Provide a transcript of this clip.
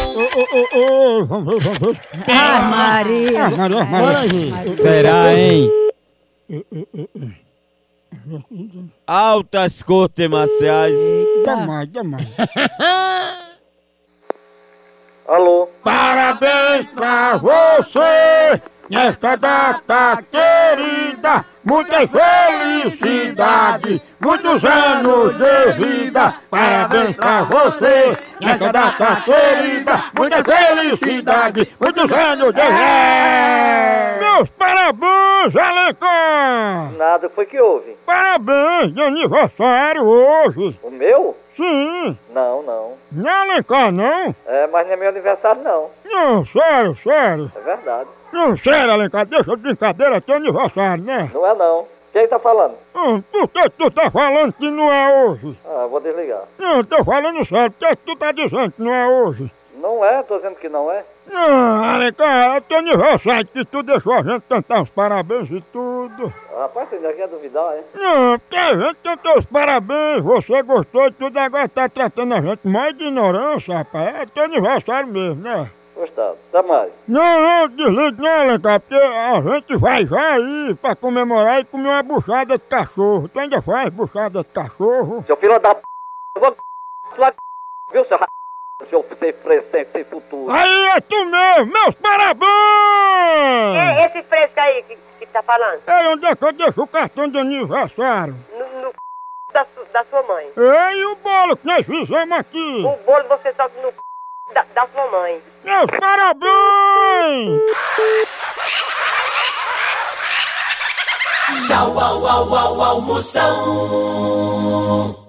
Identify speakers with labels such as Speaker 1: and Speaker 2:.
Speaker 1: ô, ô, vamos ver, vamos ver.
Speaker 2: Ah, Maria.
Speaker 1: Ah, Maria, Maria.
Speaker 3: Será, hein? Altas cortes marciais.
Speaker 1: Dá mais, dá mais.
Speaker 4: Alô?
Speaker 1: Parabéns pra você nesta data querida. Muita felicidade, muitos anos de vida. Parabéns pra você nesta data querida. Muita felicidade, muitos anos de vida. Meus parabéns, Alencar!
Speaker 4: Nada, foi que houve?
Speaker 1: Parabéns de aniversário hoje.
Speaker 4: O meu?
Speaker 1: Sim,
Speaker 4: Não, não.
Speaker 1: não é Alencar não.
Speaker 4: É, mas não é meu aniversário, não.
Speaker 1: Não, sério, sério.
Speaker 4: É verdade.
Speaker 1: Não, sério, Alencar, deixa de brincadeira, é teu aniversário, né?
Speaker 4: Não é, não. Quem tá falando?
Speaker 1: Hum, Por que tu tá falando que não é hoje?
Speaker 4: Ah, vou desligar.
Speaker 1: Não, tô falando sério, por que tu tá dizendo que não é hoje?
Speaker 4: Não é, tô dizendo que não é.
Speaker 1: Não, Alencar, é teu aniversário que tu deixou a gente cantar os parabéns e tudo.
Speaker 4: Rapaz, você ainda quer duvidar, é?
Speaker 1: Não, porque a gente cantou os parabéns, você gostou e tudo, agora tá tratando a gente mais de ignorância, rapaz. É teu aniversário mesmo, né?
Speaker 4: Gostado. Tá mais.
Speaker 1: Não, não, desliga não, Alencar, porque a gente vai já aí pra comemorar e comer uma buchada de cachorro. Tu ainda faz buchada de cachorro?
Speaker 4: Seu filho da p. Eu vou lá, viu, seu ra. Seu sem presente, sem futuro.
Speaker 1: Aí é tu mesmo, meus parabéns!
Speaker 5: É esse fresco aí que, que tá falando?
Speaker 1: Ei, onde é que eu deixo o cartão de aniversário?
Speaker 5: No, no c... da, su- da sua mãe.
Speaker 1: Ei, e o bolo que nós fizemos aqui?
Speaker 5: O bolo você solta no c... da, da sua mãe.
Speaker 1: Meus parabéns!
Speaker 6: Tchau, au, au, au, almoção.